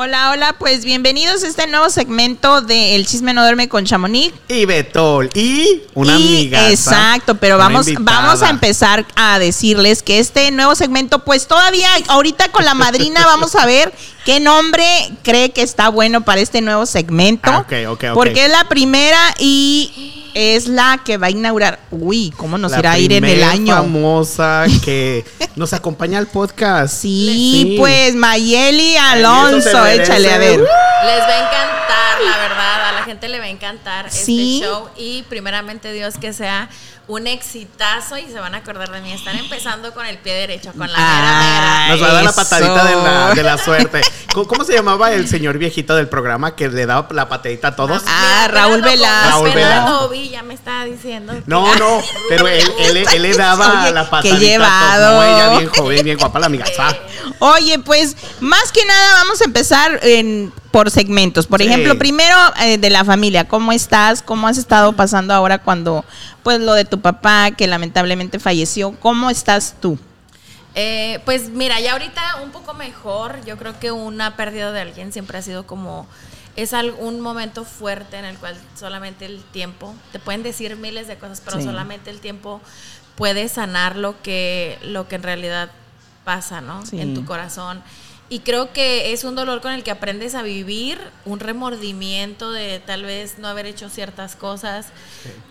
Hola, hola, pues bienvenidos a este nuevo segmento de El Chisme No Duerme con Chamonix. y Betol y una Y- amiga. Exacto, pero vamos, vamos a empezar a decirles que este nuevo segmento, pues todavía ahorita con la madrina vamos a ver qué nombre cree que está bueno para este nuevo segmento. Ah, ok, ok, ok. Porque es la primera y es la que va a inaugurar. Uy, cómo nos La irá a ir en el primer año. famosa que nos acompaña al podcast. Sí, pues Mayeli eso Alonso, se merece ¡Uh! échale a ver. un- Les va a encantar, la verdad, a la gente le va a encantar Sí. este show y primeramente Dios que sea un exitazo y se van a acordar de mí. Están empezando con el pie derecho, con la mera mera. Ah, Nos va a dar la Eso. patadita de la, de la suerte. ¿Cómo, cómo se llamaba el señor viejito del programa que le daba la patadita a todos? Ah, Raúl Velasco. Raúl Velasco. Ovi ya me estaba diciendo. que- No, no, pero él, él- él le daba Oye, la qué patadita. llevado. A todos. No, ella bien joven, bien guapa la amiga. Ah, Oye, pues más que nada vamos a empezar en- por segmentos. Por Sí. ejemplo, primero eh, de la familia. ¿Cómo estás? ¿Cómo has estado pasando ahora cuando, pues, lo de tu papá que lamentablemente falleció? ¿Cómo estás tú? Eh, pues mira, ya ahorita un poco mejor. Yo creo que una pérdida de alguien siempre ha sido como. Es algún momento fuerte en el cual solamente el tiempo. Te pueden decir miles de cosas, pero Sí. solamente el tiempo puede sanar lo que, lo que en realidad pasa, ¿no? Sí. En tu corazón. Y creo que es un dolor con el que aprendes a vivir, un remordimiento de tal vez no haber hecho ciertas cosas.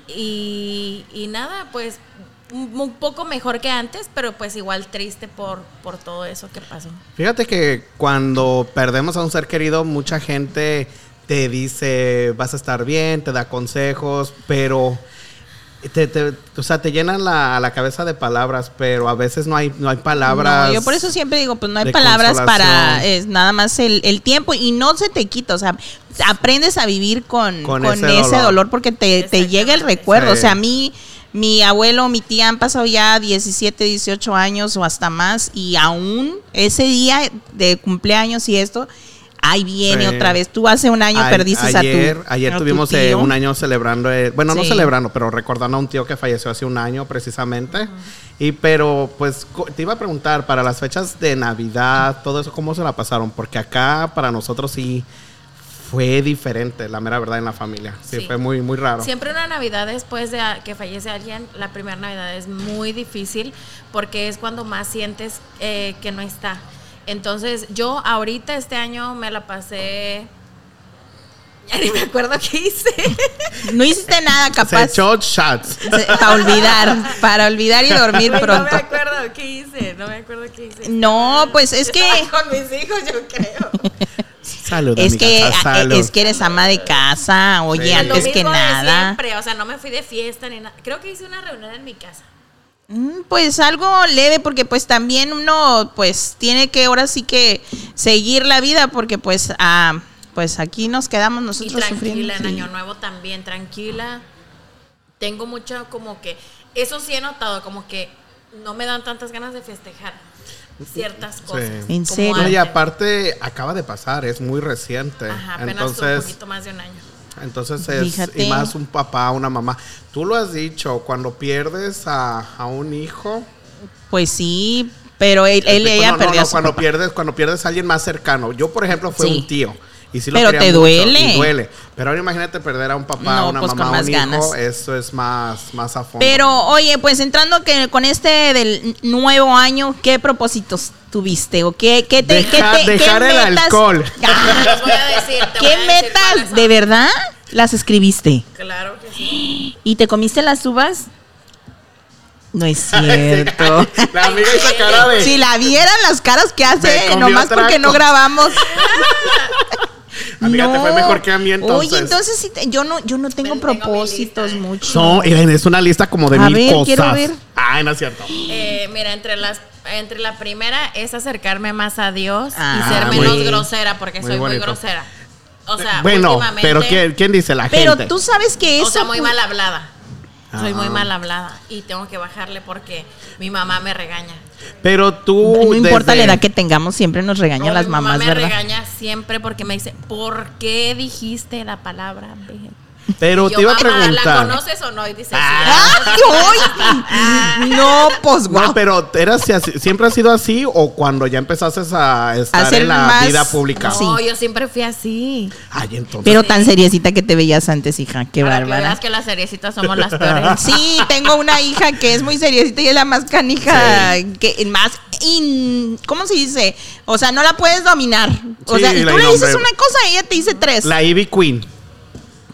Y, y nada, pues un, un poco mejor que antes, pero pues igual triste por, por todo eso que pasó. Fíjate que cuando perdemos a un ser querido, mucha gente te dice vas a estar bien, te da consejos, pero te, te- o sea, te llenan la, la cabeza de palabras, pero a veces no hay, no hay palabras. No, yo por eso siempre digo, pues no hay de palabras para consolación. es nada más el, el tiempo y no se te quita, o sea, aprendes a vivir con, Con con, ese ese, dolor. dolor. porque te, te llega el Exactamente. recuerdo, Sí. o sea, a mí, mi abuelo, mi tía han pasado ya 17, 18 años o hasta más y aún ese día de cumpleaños y esto, ahí viene Sí. otra vez, tú hace un año A- perdiste ayer, a tu Ayer a tu tuvimos eh, tío. un año celebrando, eh, bueno, no Sí. celebrando, pero recordando a un tío que falleció hace un año precisamente. Y pero, pues, co- te iba a preguntar, para las fechas de Navidad, todo eso, ¿cómo se la pasaron? Porque acá para nosotros sí fue diferente, la mera verdad, en la familia. Sí, Sí. fue muy, muy raro. Siempre una Navidad después de a- que fallece alguien, la primera Navidad es muy difícil porque es cuando más sientes eh, que no está. Entonces yo ahorita este año me la pasé... Ya ni me acuerdo qué hice. No hiciste nada Se capaz. echó shots. se- Para olvidar, para olvidar y dormir Güey, No me pronto. acuerdo qué hice, no me acuerdo qué hice. No, pues es que Con mis hijos, yo creo. Salud, es amiga, que sa- a- salud. es que eres ama de casa, oye, Sí. Pues lo antes que mismo de nada. siempre, o sea, no me fui de fiesta ni nada. Creo que hice una reunión en mi casa. Mm, Pues algo leve porque pues también uno pues tiene que ahora sí que seguir la vida porque pues ah, pues aquí nos quedamos Y nosotros sufriendo. tranquila en sí. Año Nuevo también, tranquila. Tengo mucho como que, eso sí he notado, como que no me dan tantas ganas de festejar ciertas cosas. ¿En como serio? No, antes. y aparte acaba de pasar, es muy reciente. Ajá, apenas un Entonces, poquito más de un año. Entonces es Fíjate. y más un papá, una mamá. Tú lo has dicho, cuando pierdes a, a un hijo, Pues sí, pero él, él- Bueno, ella Este, pues, no, perdió no, a su cuando papá. pierdes, cuando pierdes a alguien más cercano. Yo, por ejemplo, fue Sí. un tío. Y sí lo Pero te quería mucho, duele. y duele. Pero ahora imagínate perder a un papá, a No, una pues, con mamá, a más un hijo. ganas. Eso es más, más a fondo. Pero oye, pues entrando que con este del nuevo año, ¿qué propósitos tuviste o qué qué te qué Deja- te- qué dejar el metas- Ah, alcohol. Les voy a decir, te voy ¿Qué a decir cuáles metas son. de verdad las escribiste? Claro que sí. ¿Y te comiste las uvas? No es cierto. La amiga hizo cara de... si la vieran las caras que Me hace, comió nomás porque no traco. grabamos. Amiga, te fue mejor que a mí, entonces. Oye, entonces sí te- yo no, yo no tengo Ven, tengo mi propósitos lista. ¿eh? mucho. No, Irene, es una lista como de A mil ver, cosas. quiero ver. Ay, no es cierto. Eh, mira, entre las entre la primera es acercarme más a Dios Ah, y ser muy- menos grosera porque muy soy bonito. muy grosera. O sea, bueno, últimamente, pero ¿quién, quién dice? La Pero gente. tú sabes que o eso. pues, sea, muy pu- mal hablada. Soy muy Ah. mal hablada y tengo que bajarle porque mi mamá me regaña. Pero tú. no importa desde- la edad que tengamos, siempre nos regañan No, las mi mamá mamás, me ¿verdad? regaña siempre porque me dice, ¿por qué dijiste la palabra? vejez?" Pero Y te iba a "Mamá, preguntar. ¿La conoces o no? Y dice, "Sí". ¡Ay, hoy! ¡Ah, No, pues No, guau. pero eras así- siempre ha sido así o cuando ya empezaste a estar Hacer en la más- vida pública. Sí. No, yo siempre fui así. Ay, entonces. Pero tan seriecita que te veías antes, hija, qué Para que bárbara. veas que las seriecitas somos las peores. Sí, tengo una hija que es muy seriecita y es la más canija, que más in- ¿cómo se dice? O sea, no la puedes dominar. O Sí, sea, y la tú le dices innombrable. una cosa y ella te dice tres. la Ivy Queen.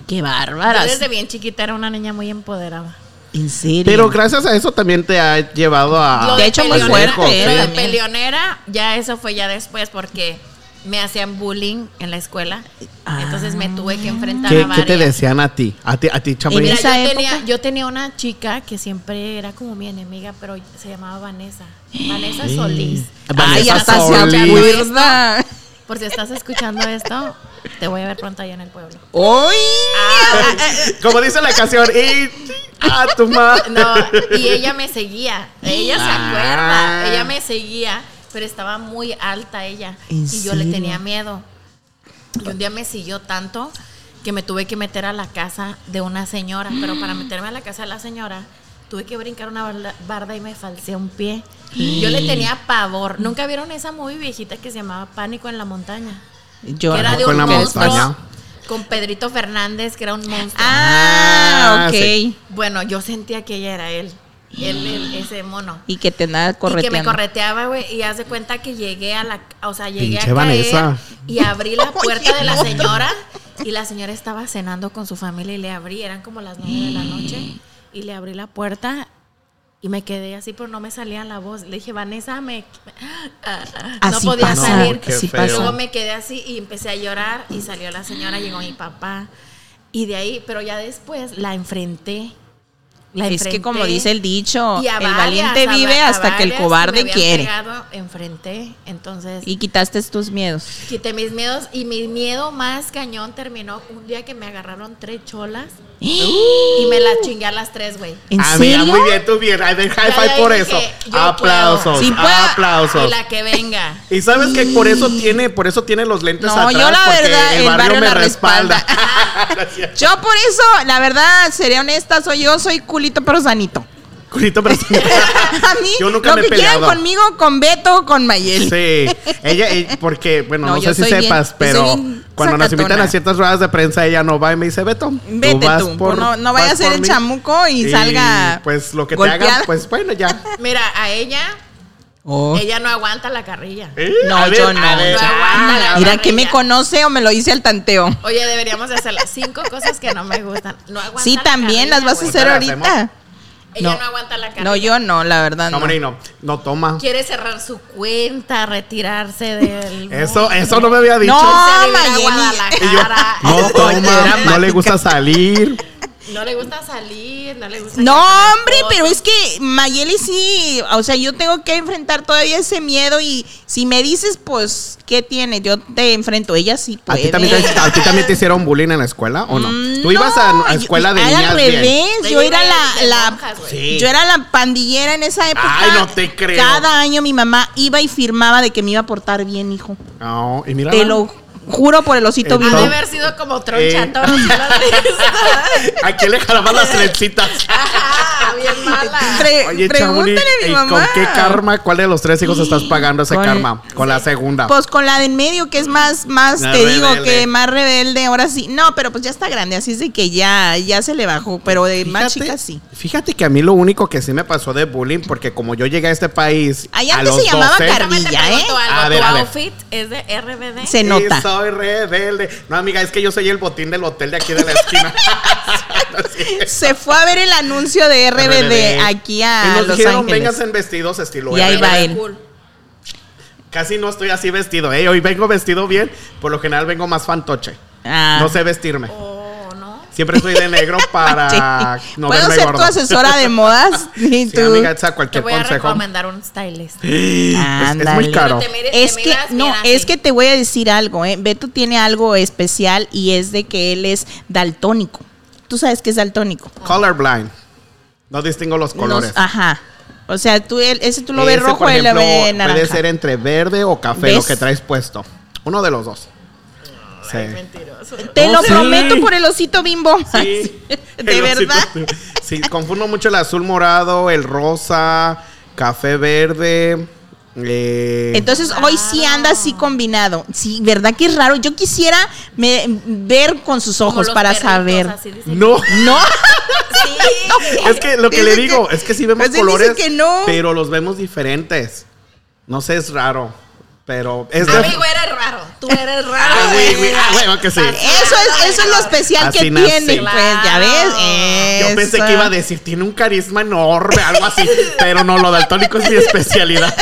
Qué Yo bárbaras. desde bien chiquita era una niña muy empoderada. En serio. Pero gracias a eso también te ha llevado Lo a. Ah. De hecho, muy peleonera- fuerte, ¿eh? Lo de también. peleonera, ya eso fue ya después porque me hacían bullying en la escuela. Ah. Entonces me tuve que enfrentar a ¿Qué, qué varias. te decían a ti? A ti, a ti Y Chamonix. Mira, esa yo época? tenía, yo tenía una chica que siempre era como mi enemiga, pero se llamaba Vanessa. Vanessa Sí. Solís. Ay, Vanessa hasta Solís. se acuerda. Por si estás escuchando esto, te voy a ver pronto allá en el pueblo. ¡Uy! Ah, Como dice la canción. Y a tu madre. No, y ella me seguía. Ella se Ah. acuerda. Ella me seguía, pero estaba muy alta ella. ¿En Y yo le serio? tenía miedo. Y un día me siguió tanto que me tuve que meter a la casa de una señora. Pero para meterme a la casa de la señora, tuve que brincar una barda- barda y me falsé un pie. Yo le tenía pavor. ¿Nunca vieron esa muy viejita que se llamaba Pánico en la montaña? Yo que era de Pánico en un la monstruo montaña. con Pedrito Fernández, que era un monstruo. Ah, Ah, ok. sí. Bueno, yo sentía que ella era él. Él, él, ese mono. Y que te andaba correteando. Y que me correteaba, güey. Y haz de cuenta que llegué a la. O sea, llegué Pinche a caer Vanessa. Y abrí la puerta Oye, de la no. señora. Y la señora estaba cenando con su familia y le abrí. Eran como las nueve de la noche. Y le abrí la puerta. Y me quedé así, pero no me salía la voz. Le dije, Vanessa, me. ah, ah, no Así podía pasa, salir. qué así feo. pasa. Luego me quedé así y empecé a llorar y salió la señora, llegó mi papá. Y de ahí, pero ya después la enfrenté. La es que como dice el dicho, y a el varias, valiente a va- vive a hasta que el varias me cobarde habían quiere. pegado, enfrenté, entonces Y quitaste tus miedos. quité mis miedos y mi miedo más cañón terminó un día que me agarraron tres cholas y me las chingué a las tres, güey. ¿En Ah, mira, serio? muy bien, tú bien. Ay, de high Ya, five ya por dije, eso. yo Aplausos, puedo. Sí puedo. Y aplausos. la que venga. Y sabes que por eso tiene, por eso tiene los lentes No, atrás, yo la porque verdad, el barrio, me la respalda. respalda. Yo por eso, la verdad, seré honesta, soy yo, soy culito pero sanito. Culito brasileño. A mí, Yo nunca lo me he que quieran peleado. conmigo, con Beto, con Mayel. Sí, ella, eh, porque, bueno, No, no, yo sé si soy bien- sepas, yo pero soy bien cuando nos invitan sacatona. a ciertas ruedas de prensa, ella no va y me dice, Beto, Vete tú, no- no vaya vas a ser por el mí". chamuco y salga Pues lo que te golpeada. hagan, pues bueno, ya. Mira, a ella, Oh. ella no aguanta la carrilla. Eh, No, a ver, yo no. a ver, No aguanta la- Mira, que me ella. conoce o me lo dice al tanteo. Oye, deberíamos de hacer las cinco cosas que no me gustan. No aguanta Sí, la también carrilla, las vas a güey. hacer ¿Ahorita la ahorita. Ella No. no, aguanta la carrilla. No, yo no, la verdad. no, No, hombre, no, no toma. Quiere cerrar su cuenta, retirarse del. Eso, mundo. eso no me había dicho. No, Se viene a Mayeli. Guadalajara. Este No toma, no le dramática. gusta salir. No le gusta salir, no le gusta. No, cantar hombre, fotos. pero es que Mayeli sí, o sea, yo tengo que enfrentar todavía ese miedo y si me dices, pues, ¿qué tiene? Yo te enfrento, ella sí ¿A puede. ti, también te, a ti también te hicieron bullying en la escuela o no? Mm, Tú ibas no, a, a yo- escuela de era niñas Al bien. revés, Ella yo iba era la, de la- monjas, güey. Sí. yo era la pandillera en esa época. Ay, no te creo. Cada año mi mamá iba y firmaba de que me iba a portar bien, hijo. No, y mira. Te lo juro por el osito Eh, Ha vivo. de no. haber sido como troncha Eh. todos los días. ¿A quién le jalaban las trencitas? Ajá, Bien mala. Pre- Oye, Chamonix, pregúntale a ¿y mi mamá. con qué karma? ¿Cuál de los tres hijos estás pagando ese Con- karma? Con la segunda. Pues con la de en medio, que es más, más, La te digo, rebelde. que más rebelde, ahora sí. No, pero pues ya está grande, así es de que ya, ya se le bajó, pero de más chica sí. Fíjate que a mí lo único que sí me pasó de bullying, porque como yo llegué a este país. Ay, a antes los se llamaba 12, Carmen. Déjame te Ya, pregunto ¿eh? algo. A ver, ¿Tu a ver. outfit es de RBD? Se sí, nota. soy rebelde. No, amiga, es que yo soy el botín del hotel de aquí de la esquina. Se fue a ver el anuncio de RBD aquí Y a nos Los dijeron, Ángeles. vengas en vestidos estilo Y ahí RBD". va él. Cool. Casi no estoy así vestido, ¿eh? Hoy vengo vestido bien, por lo general vengo más fantoche. Ah. No sé vestirme. Oh, ¿no? Siempre estoy de negro para Manche. no ¿Puedo verme ser gordo. tu asesora de modas? Y Sí, tú- amiga, esa Te cualquier voy a consejo. recomendar un stylist. Es, es Ándale. muy caro. Pero te mire- Es te que miras no, bien así. es que te voy a decir algo, ¿eh? Beto tiene algo especial y es de que él es daltónico. Tú sabes que es daltónico. Colorblind. No distingo los colores. Los- ajá. O sea, tú, el- ese tú lo ves rojo, él lo ve naranja. Puede ser entre verde o café ¿Ves? lo que traes puesto. Uno de los dos. Sí. Mentiroso. Te No, lo Oh, sí. prometo por el osito bimbo. Sí. De El osito- verdad. Sí, confundo mucho el azul morado, el rosa, café verde. eh, Entonces hoy sí anda así combinado. Sí, ¿verdad que es raro? Yo quisiera me- ver con sus Como ojos los para perritos, saber. así dicen. no. No, Sí. Es que lo que le Dice digo, que- es que si vemos pues él dice colores, que no. pero los vemos diferentes. No sé, es raro. Pero es de- Amigo, eres raro. Tú eres raro. Ah, güey, güey, ah, güey. güey, que sí. eso es, eso es lo especial Así que nací. tiene. Pues ya ves. Yo pensé eso. que iba a decir, tiene un carisma enorme, algo así. pero no, lo daltónico es mi especialidad.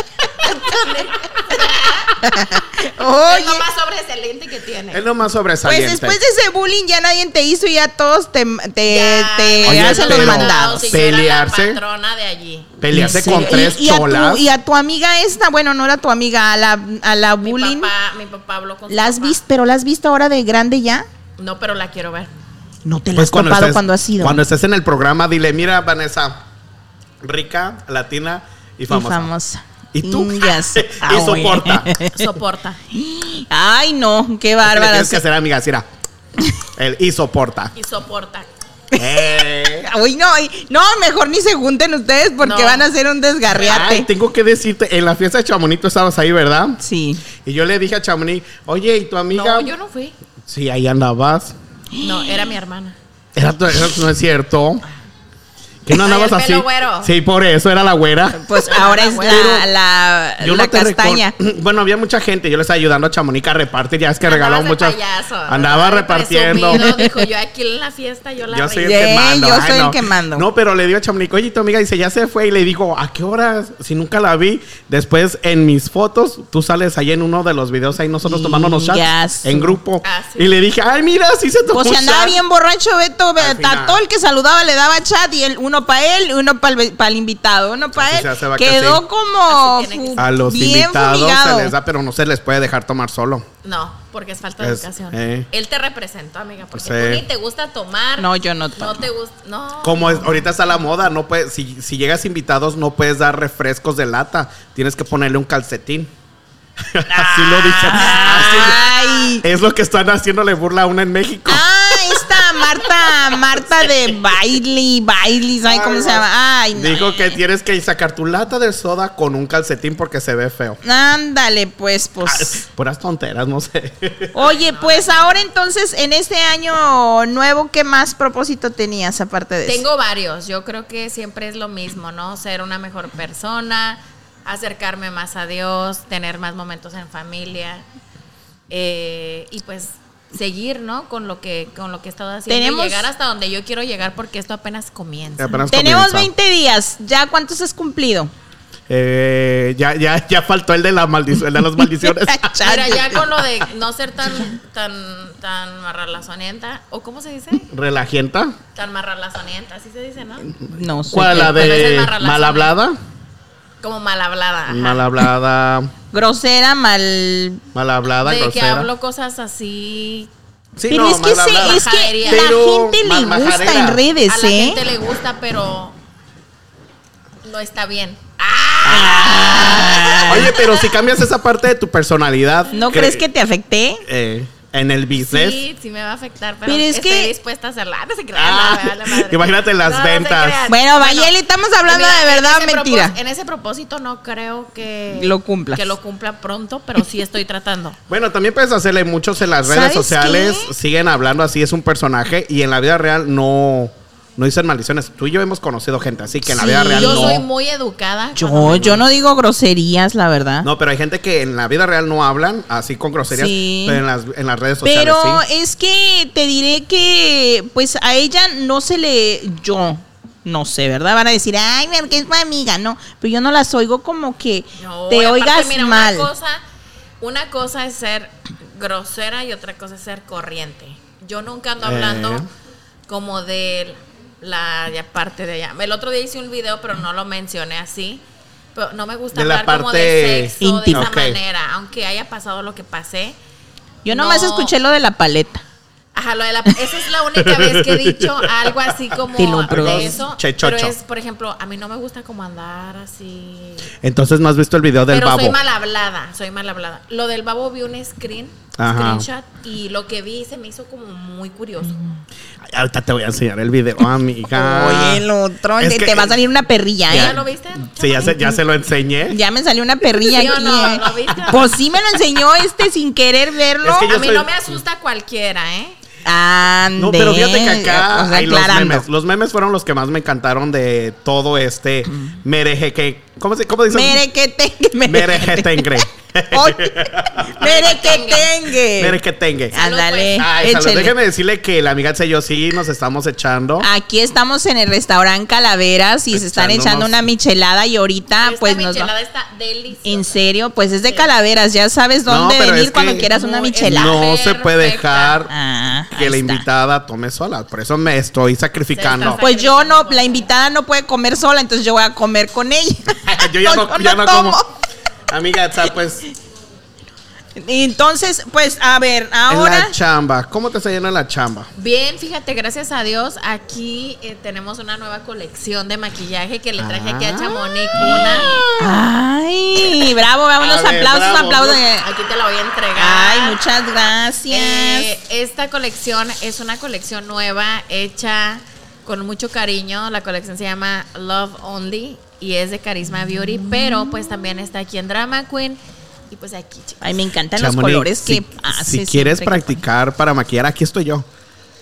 Es Oye. lo más sobresaliente que tiene. Es lo más Pues sobresaliente. después de ese bullying ya nadie te hizo y ya todos te, te, Ya, te Oye, hacen los pero- mandados. Si yo era Pelearse. La patrona de allí. Pelearse Sí. con Y- tres y, a tu- cholas. y a tu amiga esta, bueno, no era tu amiga, a la, a la Mi bullying. papá, mi papá habló con su ¿La has papá. visto, pero la has visto ahora de grande ya? No, pero la quiero ver. No te la Pues has topado estés- cuando has ido. Cuando estés en el programa, dile, mira, Vanessa, rica, latina y famosa. Y, famosa. tú. Ya sé. Ah, y güey. soporta. Soporta. Ay, no, qué Le bárbara. Tienes que hacer amigas, mira. El y soporta. Y soporta. Eh. Uy, no, y- no, mejor ni se junten ustedes porque No. van a hacer un desgarriate. Ay, tengo que decirte, en la fiesta de Chamonix tú estabas ahí, ¿verdad? Sí. Y yo le dije a Chamonix, oye, ¿y tu amiga? No, yo no fui. Sí, ahí andabas. No, era mi hermana. Era tu- era- no es cierto. Que no Ay, andabas el así. pelo güero. Sí, por eso era la güera. Pues ahora es la, Pero la, Yo la no te castaña. recor- Bueno, había mucha gente. Yo les estaba ayudando a Chamonica a repartir. Ya es que regaló Andabas de muchas. payaso, andaba de repartiendo. presumido, dijo yo aquí en la fiesta, yo la Yo soy el regué". Sí, que mando. yo Ay, soy el no. que mando. No, pero le digo a Chamonica, oye, tu amiga dice, ya se fue. Y le digo, ¿a qué horas? Si nunca la vi. Después, en mis fotos, tú sales ahí en uno de los videos, ahí nosotros Y tomándonos shots ya sé. en grupo. Ah, sí. Y le dije, ay, mira, sí se tomó Pues un se andaba shot". bien borracho, Beto. Al Beto, A final. todo el que saludaba le daba chat y el, uno para él, uno para el, invitado, uno para Así él. se hace, va que Quedó sí. como Así tiene que fu- ser. A los bien invitados fumigado. se les da, pero no se les puede dejar tomar solo. No, porque es falta de Es- educación. eh. Pues, Él te representó, amiga, porque Sí. tú ni te gusta tomar. No, yo no tomo. No te gusta. No. Como es- ahorita está la moda, no puedes, si, si llegas invitados no puedes dar refrescos de lata, tienes que ponerle un calcetín. así lo dicen. Ah. así- Ay. es lo que están haciéndole burla a una en México. Ah, esta Marta, Marta de Bailey, Bailey, ¿sabe cómo se llama? Ay, no. Dijo que tienes que sacar tu lata de soda con un calcetín porque se ve feo. Ándale, pues, pues. Ah, Puras tonteras, no sé. Oye, pues ahora entonces, en este año nuevo, ¿qué más propósito tenías aparte de eso? Tengo varios. Yo creo que siempre es lo mismo, ¿no? Ser una mejor persona, acercarme más a Dios, tener más momentos en familia. eh, y pues seguir, ¿no? Con lo que, con lo que he estado haciendo. y Tenemos- llegar hasta donde yo quiero llegar porque esto apenas comienza. Apenas Tenemos comienza. 20 días. ¿Ya cuántos has cumplido? Eh, ya, ya, ya faltó el de, la maldición, el de las maldiciones. Mira, ya con lo de no ser tan, tan, tan marralazonienta, o cómo se dice, ¿Relajienta? tan marralazonienta, así se dice, ¿no? Mm. No sé. ¿Cuál? qué- ¿La Pero esa es de más relación, mal hablada? Como mal hablada. ajá. Mal hablada, Grosera, mal. mal hablada, de que grosera. hablo cosas así. Sí, pero no, es que, mal se- hablada. es que Majadería. la Pero gente le ma- gusta majadera. en redes, A la ¿eh? gente le gusta, pero no está bien. Oye, pero si cambias esa parte de tu personalidad. ¿No crees que te afecté? eh, en el business. Sí, sí me va a afectar, pero, Pero es estoy que- dispuesta a hacerla. No se crean, Ah, la verdad, la madre. imagínate las se ventas. crean. Bueno, Bayeli, estamos hablando de en verdad ese o mentira. propós- En ese propósito no creo que Lo cumplas. Que lo cumpla pronto, pero sí estoy tratando. Bueno, también puedes hacerle muchos en las ¿Sabes redes sociales. qué? Siguen hablando así, es un personaje. Y en la vida real no, no dicen maldiciones. Tú y yo hemos conocido gente así que en la Sí, vida real Yo no. soy muy educada. Yo, yo no digo groserías, la verdad. No, pero hay gente que en la vida real no hablan así con groserías. Sí. Pero en las, en las redes sociales Pero sí. es que te diré que, pues a ella no se le. Yo. No sé, ¿verdad? Van a decir, ay, mira, que es mi amiga. No, pero yo no las oigo como que No, y te aparte, oigas mira, mal. Una cosa, una cosa es ser grosera y otra cosa es ser corriente. Yo nunca ando Eh. hablando como de la ya parte de allá. El otro día hice un video, pero no lo mencioné así. Pero no me gusta De la hablar como de parte sexo íntima. de esa Ok. manera, aunque haya pasado lo que pasé. yo nomás no. escuché lo de la paleta. Ajá, lo de la, esa es la única vez que he dicho algo así como Filumbros. de eso. Chechocho. Pero es, por ejemplo, a mí no me gusta como andar así. eh, Entonces no has visto el video del pero babo. soy mal hablada, soy mal hablada. Lo del babo vi un screen, Ajá. screenshot, y lo que vi se me hizo como muy curioso. Ay, Ahorita te voy a enseñar el video, ah, amiga. Oye, el otro, Es te, que- te va a salir una perrilla, ¿Ya ¿eh? lo viste? Sí, ya chamaco? se, ya se lo enseñé. Ya me salió una perrilla ¿Sí o aquí, no? ¿eh? ¿Lo viste? Pues sí me lo enseñó este sin querer verlo. Es que yo A mí soy- no me asusta cualquiera, ¿eh? Ande, No, pero fíjate que acá o sea, hay los aclarando. memes. Los memes fueron los que más me encantaron de todo este Mm. mereje que. ¿Cómo, se, cómo dicen? Mere que tengue. Merejetengre. Oye, mere que tengue. Merejetengre. Ándale, pues. Ay, salud. échele. Déjeme decirle que la amiga y yo sí nos estamos echando. Aquí estamos en el restaurante Calaveras y se están Echándonos- echando una michelada y ahorita Esta pues nos michelada va. está deliciosa. En serio, pues es de Calaveras, ya sabes No, dónde pero venir es cuando que quieras una muy- michelada. No se puede Perfecta. dejar Ah, que ahí está. la invitada tome sola. Por eso me estoy sacrificando. Se Pues yo no, la invitada no puede comer sola, entonces yo voy a comer con ella. yo ya no, yo ya Pues, no no como. Amiga, o sea, pues Entonces, pues a ver, en ahora la chamba. ¿Cómo te está yendo en la chamba? Bien, fíjate, gracias a Dios, aquí eh, tenemos una nueva colección de maquillaje que le traje Ah. aquí a Chamonix una. Ay, bravo, vámonos, A ver, aplausos, bravo, Eh, aplausos. Aquí te la voy a entregar. Ay, muchas gracias. Eh, esta colección es una colección nueva hecha con mucho cariño. La colección se llama Love Only y es de Carisma Beauty, pero pues también está aquí en Drama Queen y pues aquí, chicos. Ay, me encantan los Chamonix, colores si, que haces. Si siempre quieres que- practicar para maquillar, aquí estoy yo.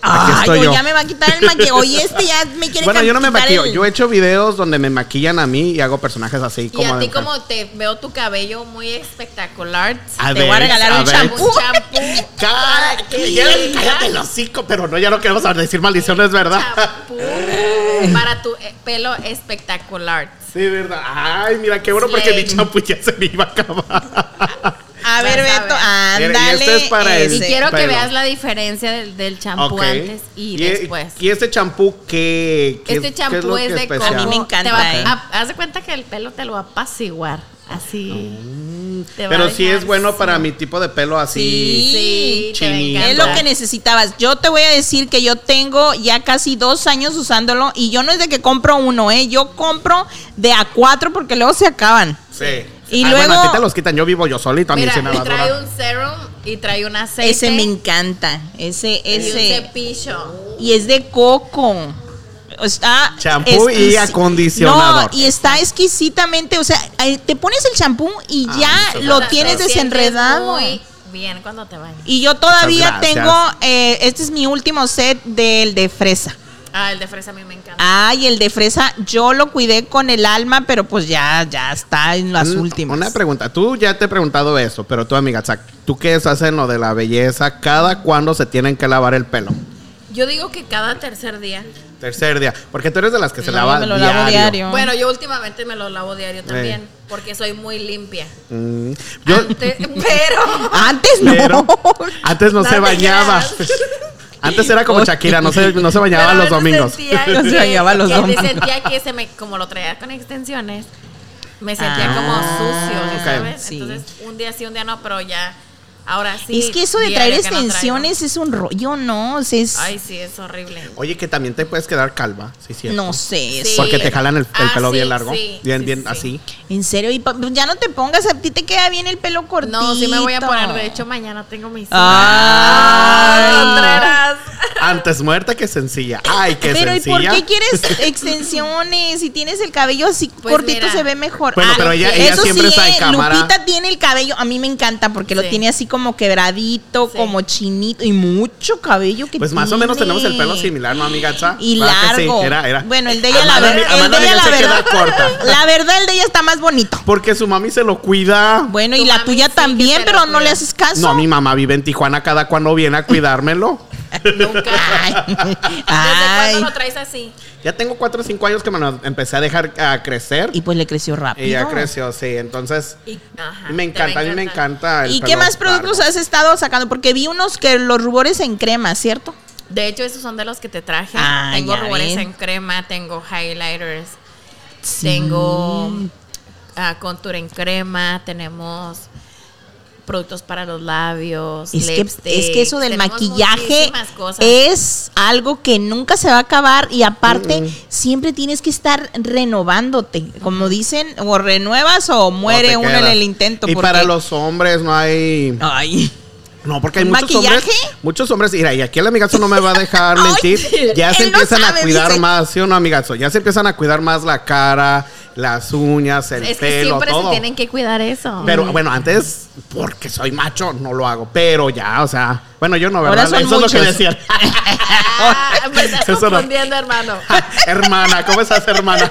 Aquí Ay, estoy o yo. ya me va a quitar el maquillaje. Oye, este ya me quiere Bueno, yo no me quitar maquillo. el- Yo he hecho videos donde me maquillan a mí y hago personajes así Y como. a de ti mujer. como te veo tu cabello muy espectacular. A Te voy a ver, regalar a un ver. champú. Un champú. Cara, Miguel, cállate el hocico, pero no, ya no queremos decir maldiciones, ¿verdad? champú para tu eh, pelo espectacular. Sí, ¿verdad? Ay, mira, qué bueno, porque mi Slay. champú ya se me iba a acabar. A ver, Vas a Beto, ver. ándale. Mira, y este es para el- Y ese. quiero que Pelo. veas la diferencia del, del champú Ok. antes y, e- después. ¿Y este champú qué, qué- este qué es lo champú es, que de coco. especial? A mí me encanta, Te va- eh. a- haz de cuenta que el pelo te lo va a apaciguar. Así. Te va Mm, a Pero sí dejar es bueno así. para mi tipo de pelo así. Sí, te va a Chini. encantar. Es lo que necesitabas. Yo te voy a decir que yo tengo ya casi dos años usándolo y yo no es de que compro uno, ¿eh? Yo compro de a cuatro porque luego se acaban. Sí. Y Ah, luego- Bueno, a ti te los quitan, yo vivo yo solito, a mí Mira, se me va a y trae durar. un serum y trae un aceite. Ese me encanta. Ese, y un ese. cepillo. Y es de coco. Está Champú y exquisi- acondicionador. No, y está exquisitamente, o sea, eh, te pones el champú y Ah, ya muchas lo gracias. tienes Te sientes desenredado. Muy bien cuando te bañas. Y yo todavía Muchas gracias. tengo, eh, este es mi último set del de fresa. Ah, el de fresa a mí me encanta. Ay, el de fresa, yo lo cuidé con el alma, pero pues ya, ya está en las Un- últimas. Mm, Una pregunta, tú ya te he preguntado eso, pero tú amiga, o sea, tú qué estás en lo de la belleza, cada cuándo se tienen que lavar el pelo. Ah. Yo digo que cada tercer día. Tercer día, porque tú eres de las que se No, lava me lo diario. lavo diario. Bueno, yo últimamente me lo lavo diario también porque soy muy limpia. Mm, Yo Antes- pero Antes no. pero antes no, No se te bañaba. creas. Antes era como Shakira, no se, no se pero bañaba a los veces domingos. sentía No se que- bañaba los que domingos. Sentía que se me como lo traía con extensiones. Me sentía Ah, como sucio, ok. ¿sabes? Sí. Entonces, un día sí, un día no, pero ya ahora sí. es que eso de diario traer que no traigo. extensiones es un rollo, ¿no? O sea, es- Ay, sí, es horrible. Oye, que también te puedes quedar calva, sí, cierto. no sé. es- Sí. Porque te jalan el, el Ah, pelo sí, bien largo, sí, bien, sí, bien sí. así. En serio, y pa- ya no te pongas, a ti te queda bien el pelo cortito. No, sí me voy a poner. De hecho, mañana tengo mis. Ah, Ay. Contreras. Antes muerta que sencilla. Ay, qué Pero ¿y por sencilla. qué quieres extensiones? Si tienes el cabello así Pues cortito mira. se ve mejor. Ah, Bueno, pero ella- ella eso siempre sí, está en eh, cámara. Lupita tiene el cabello, a mí me encanta porque lo Sí. tiene así como quebradito, Sí. como chinito y mucho cabello que Pues más o menos tiene. tenemos el pelo similar, ¿no, amiga? Atza? Y ¿Verdad que sí? largo. Era, era. Bueno, el de ella la Amanda verdad, mi- el Amanda de ella Miguel la se queda verdad. corta. La verdad el de ella está más bonito. Porque su mami se lo cuida. Bueno, y Tu la mami tuya sí que también, te lo pero no cuida. le haces caso. No, mi mamá vive en Tijuana cada cuando viene a cuidármelo. Nunca. Ay. ¿Desde Ay. cuándo lo traes así? ya tengo 4 o 5 años que me lo empecé a dejar a crecer. Y pues le creció Y, rápido. ya creció, sí. Entonces, Y- me ajá, te va encanta, a mí me encantar. encanta. el ¿Y qué pelo más productos largo. has estado sacando? Porque vi unos que los rubores en crema, ¿cierto? De hecho, esos son de los que te traje. Ah, tengo ya rubores ven. en crema, tengo highlighters, tengo ah, contour en crema, tenemos productos para los labios, Es que, lipsticks, es que eso del Pues eh, tenemos maquillaje muchísimas cosas. es algo que nunca se va a acabar y aparte siempre tienes que estar renovándote. Como dicen, o renuevas o muere te uno en quedas. el intento. Y porque- para los hombres no hay. Ay. No, porque hay ¿Un muchos hombres. maquillaje? Muchos hombres. Mira, y aquí el amigazo no me va a dejar Ay, mentir. sí, ya se él no empiezan sabe, a cuidar dice. más, ¿sí o no, amigazo? Ya se empiezan a cuidar más la cara, las uñas, el Es que pelo, siempre todo. se tienen que Mm. cuidar eso. Pero bueno, antes, porque soy macho, no lo hago. Pero ya, o sea, bueno, yo no, Ahora ¿verdad? son Eso es lo que muchos. decían. Ah, me estás Eso no. confundiendo, hermano. hermana, ¿cómo estás, hermana?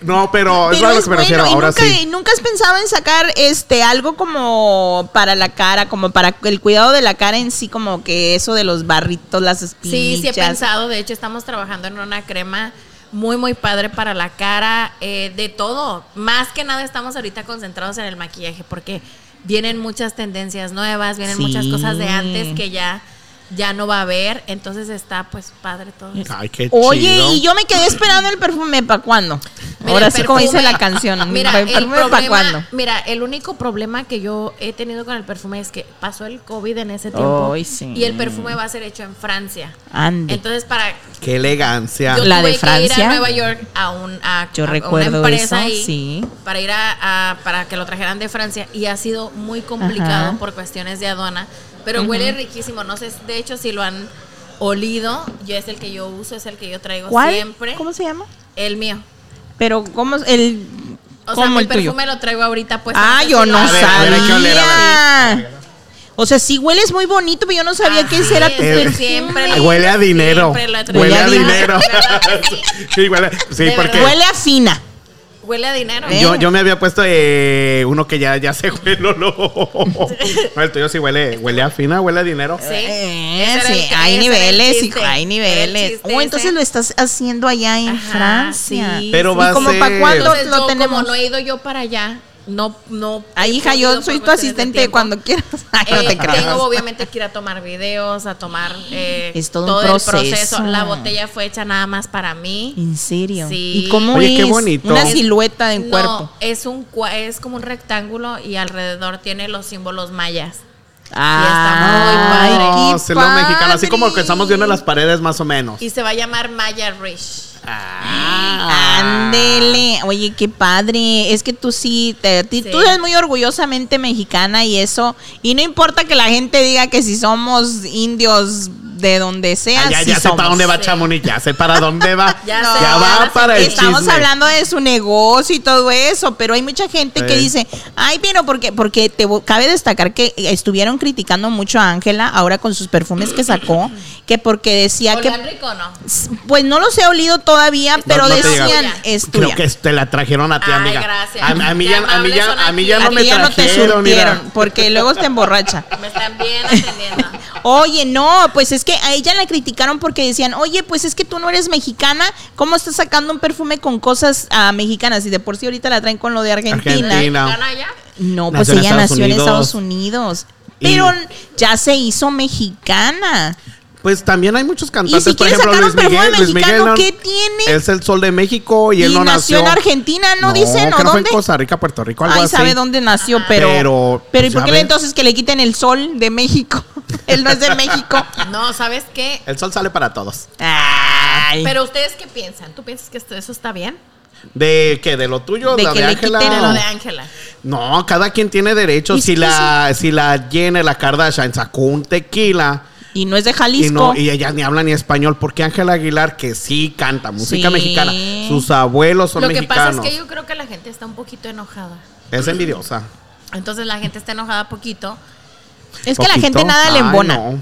no, pero, es Pero a lo es que me refiero. bueno, y Ahora nunca, sí. y nunca has pensado en sacar este algo como para la cara, como para el cuidado de la cara en sí, como que eso de los barritos, las Sí, espinillas. sí he pensado. De hecho, estamos trabajando en una crema muy, muy padre para la cara, eh, de todo. Más que nada estamos ahorita concentrados en el maquillaje porque vienen muchas tendencias nuevas, vienen Sí. muchas cosas de antes que ya, ya no va a haber. Entonces está pues padre todo Mm. eso. Ay, qué Oye, chido. y yo me quedé esperando el perfume, ¿para cuándo? Mira, Ahora el sí, como dice perfume- la canción, Mira, ¿el perfume para cuándo? Mira, el único problema que yo he tenido con el perfume es que pasó el COVID en ese tiempo. Ay, sí. Y el perfume va a ser hecho en Francia. Ande. Entonces, para Qué elegancia. yo La de tuve Que ir Francia. a Nueva York a, un, a, Yo a una recuerdo empresa eso, ahí sí. Para ir a, a- para que lo trajeran de Francia y ha sido muy complicado Ajá. por cuestiones de aduana, pero huele riquísimo. No sé, de hecho, si lo han olido, yo es el que yo uso, es el que yo traigo ¿Cuál? siempre. ¿Cómo se llama? El mío. Pero, ¿cómo? es El, O sea, ¿cómo mi el tuyo? perfume lo traigo ahorita pues. Ah, yo no A ver, a ver, hay que oler, a sabía. O sea, sí hueles muy bonito, pero yo no sabía que ese era tu Así es, perfume. siempre Ay, Huele a dinero. Siempre lo he traído. Huele a Huele a dinero. Sí, huele- sí, De porque verdad. Huele a fina. Huele a dinero. ¿Eh? yo, yo me había puesto eh, uno que ya, ya se huele. No, No, el tuyo sí huele, huele a fina, huele a dinero. Sí. Eh, Ese era el sí, hay que- ese era el niveles, chiste, hijo, hay era el niveles. chiste Oh, entonces ese. lo estás haciendo allá en Ajá, Francia. sí, Pero sí. va ¿Y a como ser- para cuándo Entonces, lo Pues yo, tenemos? Como no he ido yo para allá, no, no. Ay, he hija, podido yo por soy tu cuestiones de asistente tiempo. cuando quieras. Ay, no Eh, te creas. Tengo obviamente que ir a tomar videos, a tomar eh, Es todo un el proceso. proceso. La botella fue hecha nada más para mí. ¿En serio? Sí. ¿Y cómo Oye, qué es? bonito. Una silueta en cuerpo. es un cua- es como un rectángulo y alrededor tiene los símbolos mayas. Ah, muy padre. qué No, se lo mexicano, así como que padre. estamos viendo en las paredes más o menos. Y se va a llamar Maya Rich. Ah. Ándele, oye, qué padre. Es que tú sí, te- ti- Sí. tú eres muy orgullosamente mexicana y eso. Y no importa que la gente diga que si somos indios de donde sea, Ah, ya, sí ya sé somos. para dónde va Sí. Chamonix, ya sé para dónde va. Ya ya sé, ya va sé para que el chisme. Estamos hablando de su negocio y todo eso, pero hay mucha gente que Sí. dice, ay, pero porque, porque te vo- cabe destacar que estuvieron criticando mucho a Ángela ahora con sus perfumes que sacó, que porque decía que, ¿Olán rico o no? pues no los he olido todavía, pero no te llega. decían, es tuya. Creo que te la trajeron a ti, Ay, amiga. gracias. A, a mí Qué ya, a mí ya- amables son a mí aquí. ya A no ti me ya no te trajeron. mira. surtieron, porque luego te emborracha. Me están bien atendiendo. Oye, no, pues es que a ella la criticaron porque decían, oye, pues es que tú no eres mexicana, ¿cómo estás sacando un perfume con cosas ah, mexicanas? Y de por sí ahorita la traen con lo de Argentina. Argentina. No. ¿Están allá? No, pues Nació en ella Estados nació en Unidos. Estados Unidos. Y- Pero ya se hizo mexicana. Pues también hay muchos cantantes, Y si por quieres ejemplo, sacar Luis un perfume Miguel. Luis mexicano, Miguel no- ¿qué tiene? Es el sol de México y, él Y no nació nació. en Argentina, ¿no dicen? ¿O creo que fue dónde? en Costa Rica, Puerto Rico, algo Ay, así. Ah, sabe dónde nació, pero. Pero, Pero, ¿y pues, por ya qué ves. entonces que le quiten el sol de México? Él no es de México. No, ¿sabes qué? El sol sale para todos. Ay. Pero ustedes qué piensan? ¿Tú piensas que esto, eso está bien? ¿De qué? ¿De lo De tuyo? ¿De, la que de le Ángela? quiten Lo de Ángela. No, cada quien tiene derecho. Es Si que la, si la Jenner, la Kardashian sacó un tequila y no es de y Jalisco. no, y ella ni habla ni español, porque Ángela Aguilar, que sí canta música Sí. mexicana, sus abuelos son Lo que pasa mexicanos. es que yo creo que la gente está un poquito enojada. Es envidiosa. Entonces la gente está enojada poquito. es que la Poquito. gente nada le Ay, embona. no.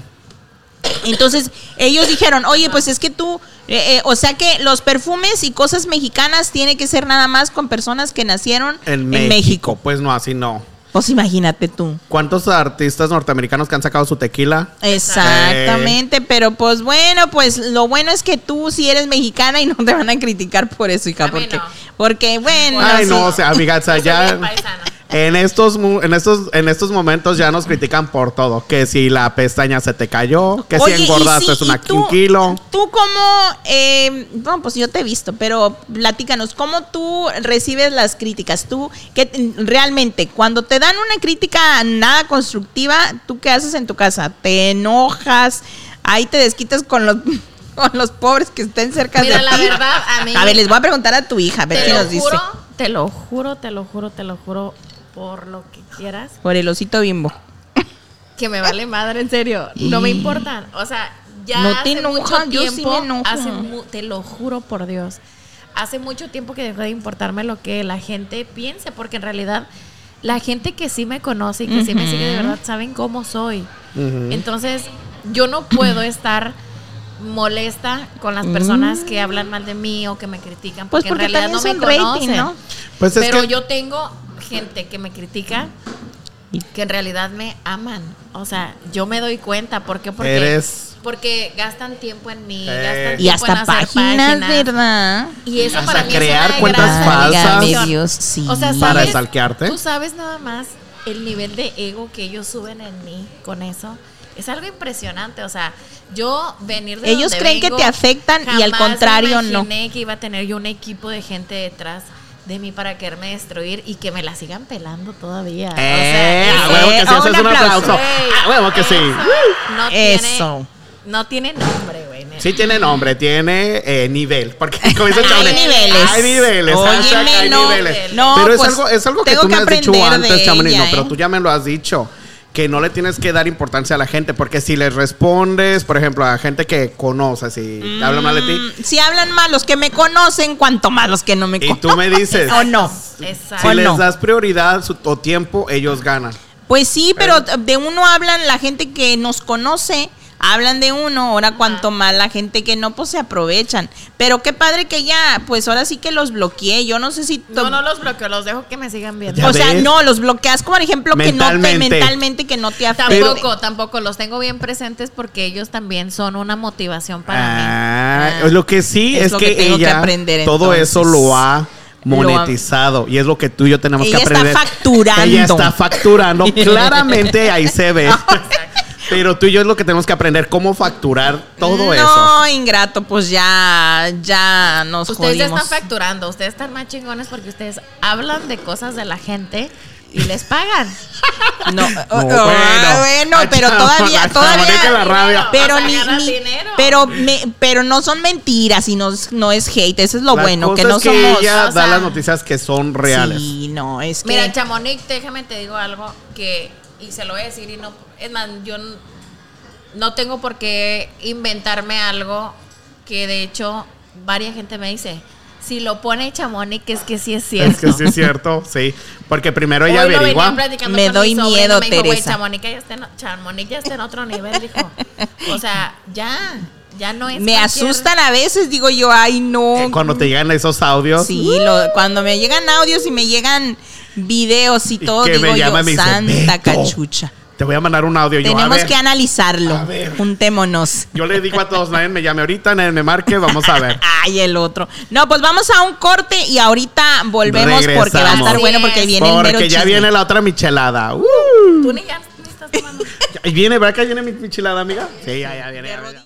Entonces, ellos dijeron, oye, pues es que tú, eh, eh, o sea que los perfumes y cosas mexicanas tiene que ser nada más con personas que nacieron En, México, Pues no, así no. Pues imagínate tú. ¿Cuántos artistas norteamericanos que han sacado su tequila? Exactamente, pero pues bueno, pues lo bueno es que tú sí eres mexicana y no te van a criticar por eso, hija, A mí porque, no. porque bueno, Ay, sí. no, o sea, amiga, o sea, Yo soy ya. bien paisana. En estos, mu- en, estos, en estos momentos ya nos critican por todo. Que si la pestaña se te cayó, que Oye, si y engordaste sí, una- y tú- un kilo. Tú como, eh, no, pues yo te he visto, pero platícanos, ¿cómo tú recibes las críticas? Tú, que realmente, cuando te dan una crítica nada constructiva, ¿tú qué haces en tu casa? ¿Te enojas? ¿Ahí te desquitas con los, con los pobres que estén cerca Mira, de la ti? verdad, a mí. A ver, les voy a preguntar a tu hija, a ver te qué lo nos dice. juro, Te lo juro, te lo juro, te lo juro, por lo que quieras, Por el osito bimbo. que me vale madre, en serio. No me importan. O sea, ya No te hace mucho enojas, yo sí tiempo, me enojo. hace mu- te lo juro por Dios. Hace mucho tiempo que dejó de importarme lo que la gente piense, porque en realidad la gente que sí me conoce y que sí me sigue de Ujú. verdad saben cómo soy. Ujú. Entonces, yo no puedo estar molesta con las personas que hablan mal de mí o que me critican Mm. Pues porque, porque en también realidad no me son rating, conocen. ¿no? Pues es Pero que- yo tengo gente que me critica que en realidad me aman. O sea, yo me doy cuenta. ¿Por qué? Porque, Eres- porque gastan tiempo en mí. Eh. gastan Y tiempo en hasta hacer páginas, páginas. ¿verdad? Y eso Hasta para mí crear es una cuentas gran falsas. satisfacción. Válgame Dios, sí. O sea, ¿sabes? Para stalkearte. Tú sabes nada más el nivel de ego que ellos suben en mí con eso. Es algo impresionante, o sea, yo venir de Ellos donde creen que vengo, te afectan y al jamás contrario, me no. imaginé que iba a tener yo un equipo de gente detrás de mí para quererme destruir y que me la sigan pelando todavía. O sea, Eh, a eso- huevo que sí, eh, eso es un un aplauso. aplauso. A huevo que sí. eso No tiene, Eso. No tiene nombre, güey. neta. Sí tiene nombre, tiene eh, nivel. Porque como dice Hay Chaune, niveles. Hay niveles. Óyeme, hashtag hay no, niveles. no, pero es pues, algo, es algo que tengo tú me que has dicho aprender antes, de Chamonix, ella, no, pero ¿eh? tú ya me lo has dicho. Que no le tienes que dar importancia a la gente. Porque si les respondes, por ejemplo, a gente que conoces y habla mal de ti. Mm, Si hablan mal los que me conocen, cuanto más los que no me Y conocen. tú me dices, Mm. ¿O no? Exacto. si ¿O les no? das prioridad su- o tiempo, ellos ganan. Pues sí, pero de uno hablan la gente que nos conoce, hablan de uno, ahora cuanto más la gente que no, pues se aprovechan. Pero qué padre que ya, pues ahora sí que los bloqueé, yo no sé si... to- No, no los bloqueo, los dejo que me sigan viendo. Ya o sea, ves. no, los bloqueas como por ejemplo que no te Mentalmente. mentalmente que no te afecte. Tampoco, tampoco. Los tengo bien presentes porque ellos también son una motivación para Ah, mí. Ah, Lo que sí Es es, lo que, que tengo que ella aprender, todo entonces. eso lo ha monetizado y es lo que tú y yo tenemos Ella que está aprender. facturando. Ella está facturando, claramente ahí se ve. Pero tú y yo es lo que tenemos que aprender, cómo facturar todo no, eso. ingrato, pues ya, ya nos ustedes ya jodimos. están facturando. Ustedes están más chingones porque ustedes hablan de cosas de la gente y les pagan. No, oh, bueno. oh, ah, bueno, Ah, pero chao, todavía, la todavía. chamonita la rabia. Pero Vas a ni, ganar ni- dinero. pero me- pero no son mentiras y no, es- no es hate, eso es lo La bueno, que cosa no es somos. ella o da sea, las noticias que son reales. Sí, no, es que Mira, Chamonix, déjame te digo algo que. Y se lo voy a decir y no. Es más, yo n- no tengo por qué inventarme algo que de hecho, varias gente me dice. Si lo pone Chamonix, es que sí es cierto. Es que sí es cierto, sí. Porque primero ella Hoy lo venía averigua. platicando Me con doy mi sobrino, miedo, me dijo, "Güey, Teresa". Chamonix ya, está en, Chamonix ya está en otro nivel, dijo. O sea, ya, ya no es. me cualquier- asustan a veces, digo yo, ay no. que Cuando te llegan esos audios, Sí, lo- cuando me llegan audios y me llegan videos y Y todo, que me digo yo, llaman y me dicen, santa "Beto". cachucha. te voy a mandar un audio. y Yo, a Tenemos ver, que analizarlo. A ver. Juntémonos. yo le digo a todos, nadie me llame ahorita, nadie me marque, vamos a ver. Ay, el otro. No, pues vamos a un corte y ahorita volvemos porque va a estar Regresamos. bueno porque Así viene el mero Porque ya chisme. viene la otra michelada. Uh, Tú ni ya ni estás tomando. ya- y viene, ¿verdad que viene mi michelada, amiga? Sí, ya, ya viene. ya viene.